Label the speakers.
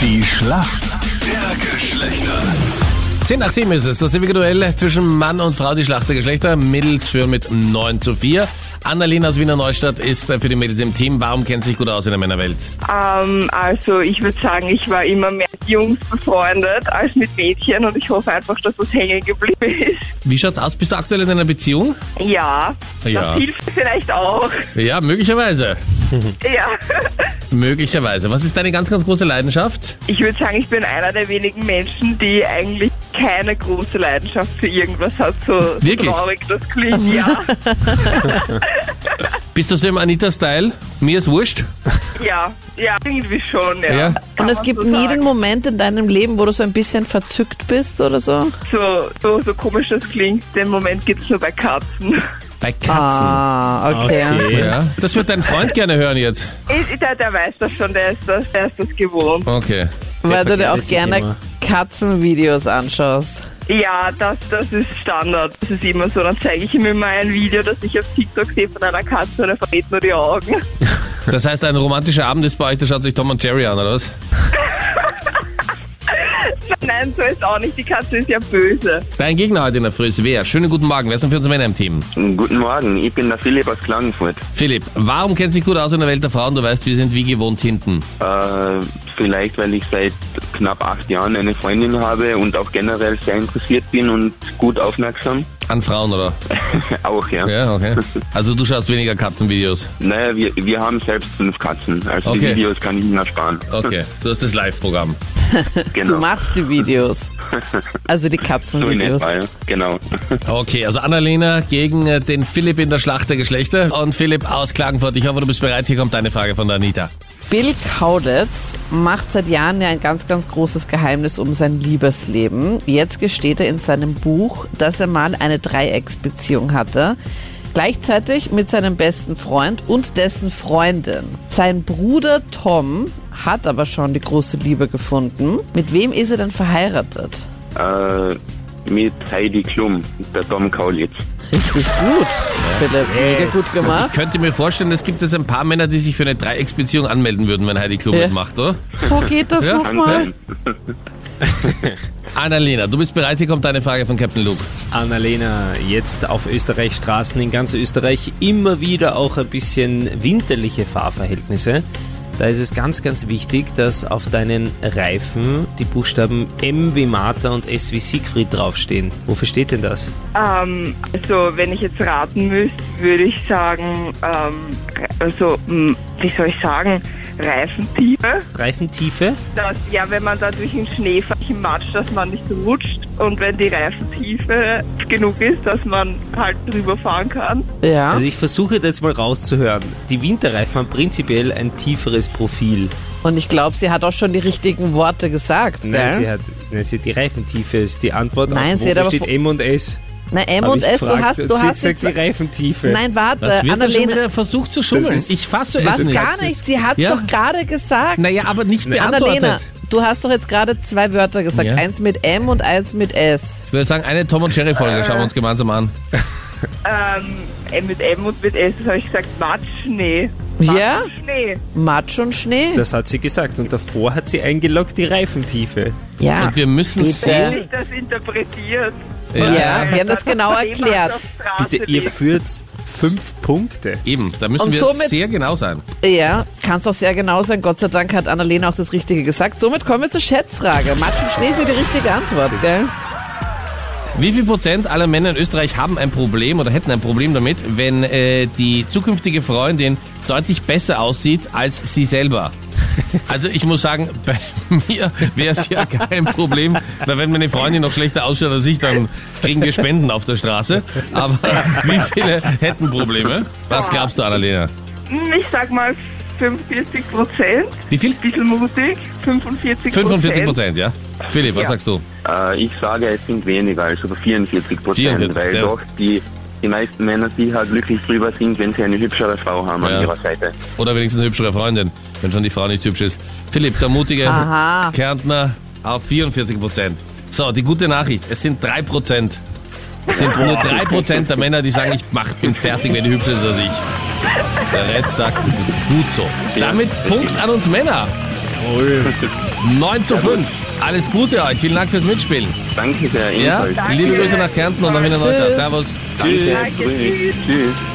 Speaker 1: Die Schlacht der Geschlechter.
Speaker 2: 10 nach 7 ist es. Das ewige Duell zwischen Mann und Frau, die Schlacht der Geschlechter. Mädels führen mit 9 zu 4. Annalena aus Wiener Neustadt ist äh, für die Mädels im Team. Warum kennt sie sich gut aus in der Männerwelt?
Speaker 3: Ähm, also ich würde sagen, ich war immer mehr mit Jungs befreundet als mit Mädchen und ich hoffe einfach, dass das hängen geblieben ist.
Speaker 2: Wie schaut's aus? Bist du aktuell in einer Beziehung?
Speaker 3: Ja,
Speaker 2: Ja.
Speaker 3: das hilft vielleicht auch.
Speaker 2: Ja, möglicherweise.
Speaker 3: Ja.
Speaker 2: Möglicherweise. Was ist deine ganz, ganz große Leidenschaft?
Speaker 3: Ich würde sagen, ich bin einer der wenigen Menschen, die eigentlich keine große Leidenschaft für irgendwas hat, so so
Speaker 2: Wirklich?
Speaker 3: traurig das klingt. Ja,
Speaker 2: Bist du so im Anita-Style? Mir ist wurscht.
Speaker 3: ja, ja, irgendwie schon, ja.
Speaker 2: Ja.
Speaker 3: Kann
Speaker 4: Und es
Speaker 3: man
Speaker 4: gibt
Speaker 3: so
Speaker 4: nie
Speaker 3: sagen.
Speaker 4: den Moment in deinem Leben, wo du so ein bisschen verzückt bist oder so.
Speaker 3: So, so, so komisch das klingt, den Moment gibt's nur bei Katzen.
Speaker 2: Bei Katzen.
Speaker 4: Ah, okay.
Speaker 2: Ja. Das wird dein Freund gerne hören jetzt.
Speaker 3: Ich- Der, der weiß das schon, der ist das, der ist das gewohnt.
Speaker 2: Okay.
Speaker 4: Weil du dir auch
Speaker 5: verkleidet sich
Speaker 4: gerne
Speaker 5: immer.
Speaker 4: Katzenvideos anschaust.
Speaker 3: Ja, das, das ist Standard. Das ist immer so. Dann zeige ich ihm immer ein Video, das ich auf TikTok sehe von einer Katze und er verrät nur die Augen.
Speaker 2: Das heißt, ein romantischer Abend ist bei euch, da schaut sich Tom und Jerry an, oder was?
Speaker 3: Nein, so ist auch nicht. Die Katze ist ja böse.
Speaker 2: Dein Gegner heute in der Früh ist wer? Schönen guten Morgen. Wer ist denn für uns Männer im Team?
Speaker 6: Guten Morgen, ich bin der Philipp aus Klagenfurt.
Speaker 2: Philipp, warum kennst du dich gut aus in der Welt der Frauen? Du weißt, wir sind wie gewohnt hinten.
Speaker 6: Äh, vielleicht, weil ich seit knapp acht Jahren eine Freundin habe und auch generell sehr interessiert bin und gut aufmerksam.
Speaker 2: An Frauen, oder?
Speaker 6: auch, ja.
Speaker 2: Ja, okay. Also du schaust weniger Katzenvideos.
Speaker 6: Naja, wir, wir haben selbst fünf Katzen. Also die
Speaker 2: Okay. Oh.
Speaker 6: Videos kann ich mir sparen.
Speaker 2: Okay, du hast das Live-Programm.
Speaker 4: Du
Speaker 6: Genau.
Speaker 4: machst die Videos. Also die
Speaker 6: so in
Speaker 4: Katzenvideos.
Speaker 6: etwa, ja. Genau.
Speaker 2: Okay, also Annalena gegen äh, den Philipp in der Schlacht der Geschlechter und Philipp aus Klagenfurt. Ich hoffe, du bist bereit. Hier kommt deine Frage von der Anita.
Speaker 4: Bill Kaulitz macht seit Jahren ja ein ganz, ganz großes Geheimnis um sein Liebesleben. Jetzt gesteht er in seinem Buch, dass er mal eine Dreiecksbeziehung hatte. Gleichzeitig mit seinem besten Freund und dessen Freundin. Sein Bruder Tom hat aber schon die große Liebe gefunden. Mit wem ist er denn verheiratet?
Speaker 6: Äh, mit Heidi Klum, der Tom Kaulitz.
Speaker 4: Richtig gut, Philipp. Mega gut
Speaker 2: Ich
Speaker 4: gemacht.
Speaker 2: könnte mir vorstellen, es gibt jetzt ein paar Männer, die sich für eine Dreiecksbeziehung anmelden würden, wenn Heidi Klum
Speaker 4: Ja.
Speaker 2: mitmacht, oder?
Speaker 4: Wo geht das
Speaker 2: Ja,
Speaker 6: Kann
Speaker 4: nochmal?
Speaker 6: sein.
Speaker 2: Annalena, du bist bereit. Hier kommt deine Frage von Captain Luke.
Speaker 5: Annalena, jetzt auf Österreichstraßen in ganz Österreich immer wieder auch ein bisschen winterliche Fahrverhältnisse. Da ist es ganz, ganz wichtig, dass auf deinen Reifen die Buchstaben M wie Martha und S wie Siegfried draufstehen. Wofür steht denn das?
Speaker 3: Ähm, also, wenn ich jetzt raten müsste, würde ich sagen, ähm, also, mh, wie soll ich sagen, Reifentiefe.
Speaker 5: Reifentiefe?
Speaker 3: Dass, ja, wenn man da durch den Schnee fährt, im Matsch, dass man nicht rutscht und wenn die Reifentiefe genug ist, dass man halt drüber fahren kann.
Speaker 4: Ja.
Speaker 5: Also ich versuche jetzt mal rauszuhören. Die Winterreifen haben prinzipiell ein tieferes Profil.
Speaker 4: Und ich glaube, sie hat auch schon die richtigen Worte gesagt.
Speaker 5: Nein,
Speaker 4: gell?
Speaker 5: sie hat, nein, sie hat die Reifentiefe ist die Antwort.
Speaker 4: Nein,
Speaker 5: auf
Speaker 4: sie hat
Speaker 5: wofür
Speaker 4: aber
Speaker 5: steht
Speaker 4: vor-
Speaker 5: M und S.
Speaker 4: Na, M
Speaker 5: Hab
Speaker 4: und
Speaker 5: ich
Speaker 4: S, du
Speaker 5: gefragt
Speaker 4: hast,
Speaker 5: und
Speaker 4: du
Speaker 5: sie
Speaker 4: hast
Speaker 5: gesagt, die
Speaker 4: jetzt,
Speaker 5: Reifentiefe.
Speaker 4: Nein, warte,
Speaker 2: Was wird da schon
Speaker 4: Äh, Annalena,
Speaker 2: wieder versucht zu schummeln?
Speaker 5: Das ist-
Speaker 2: Ich fasse es
Speaker 4: was
Speaker 2: nicht.
Speaker 4: gar nicht, sie hat
Speaker 2: Ja.
Speaker 4: doch gerade gesagt.
Speaker 2: Naja, aber nicht beantwortet.
Speaker 4: Annalena, du hast doch jetzt gerade zwei Wörter gesagt,
Speaker 2: Ja.
Speaker 4: eins mit M und eins mit S.
Speaker 2: Ich würde sagen, eine Tom und Jerry
Speaker 4: Äh.
Speaker 2: Folge schauen wir uns gemeinsam an.
Speaker 3: Ähm, äh, mit M und mit S habe ich gesagt Matsch, Schnee. Matsch,
Speaker 4: Ja?
Speaker 3: Schnee.
Speaker 4: Matsch und Schnee?
Speaker 5: Das hat sie gesagt und davor hat sie eingeloggt die Reifentiefe.
Speaker 4: ja.
Speaker 2: Und wir müssen
Speaker 4: Bitte.
Speaker 2: sehen.
Speaker 3: Ich das interpretiert.
Speaker 4: ja.
Speaker 3: Weil
Speaker 4: wir haben das
Speaker 3: dann
Speaker 4: genau
Speaker 3: jemand
Speaker 4: erklärt.
Speaker 3: auf Straße
Speaker 5: Bitte, ihr
Speaker 3: lebt.
Speaker 5: führt fünf Punkte.
Speaker 2: Eben, da müssen
Speaker 4: Und
Speaker 2: wir
Speaker 4: somit-
Speaker 2: sehr genau sein.
Speaker 4: Ja, kannst auch sehr genau sein. Gott sei Dank hat Annalena auch das Richtige gesagt. Somit kommen wir zur Schätzfrage. Matsch und Schnee sind die richtige Antwort, gell?
Speaker 2: Wie viel Prozent aller Männer in Österreich haben ein Problem oder hätten ein Problem damit, wenn äh, die zukünftige Freundin deutlich besser aussieht als sie selber? Also ich muss sagen, bei mir wäre es ja kein Problem, weil wenn meine Freundin noch schlechter ausschaut als ich, dann kriegen wir Spenden auf der Straße. Aber wie viele hätten Probleme? Was glaubst du, Annalena?
Speaker 3: Hm, Ich sag mal 45 Prozent.
Speaker 2: Wie viel?
Speaker 3: Bisschen mutig. 45
Speaker 2: 45 Prozent, ja. Philipp, was
Speaker 3: Ja.
Speaker 2: sagst du?
Speaker 6: Äh, ich sage, es sind weniger, also 44 Prozent,
Speaker 2: 44,
Speaker 6: weil
Speaker 2: ja.
Speaker 6: doch die, die meisten Männer sich halt glücklich drüber sind, wenn sie eine hübschere Frau haben
Speaker 2: Ja.
Speaker 6: an ihrer Seite.
Speaker 2: Oder wenigstens eine hübschere Freundin, wenn schon die Frau nicht hübsch ist. Philipp, der mutige
Speaker 4: Aha.
Speaker 2: Kärntner auf 44 Prozent. So, die gute Nachricht, es sind 3 Prozent. Es sind nur 3 Prozent der Männer, die sagen, ich mach, bin fertig, wenn die hübsch ist als ich. Der Rest sagt, es ist gut so. Damit Punkt an uns Männer.
Speaker 5: Jawohl.
Speaker 2: 9 zu 5. Alles Gute euch. Vielen Dank fürs Mitspielen.
Speaker 6: Danke sehr,
Speaker 2: Ja,
Speaker 6: ebenfalls.
Speaker 2: liebe Grüße nach Kärnten und nach Wiener Neustadt. Servus.
Speaker 6: Danke, grüß. Tschüss.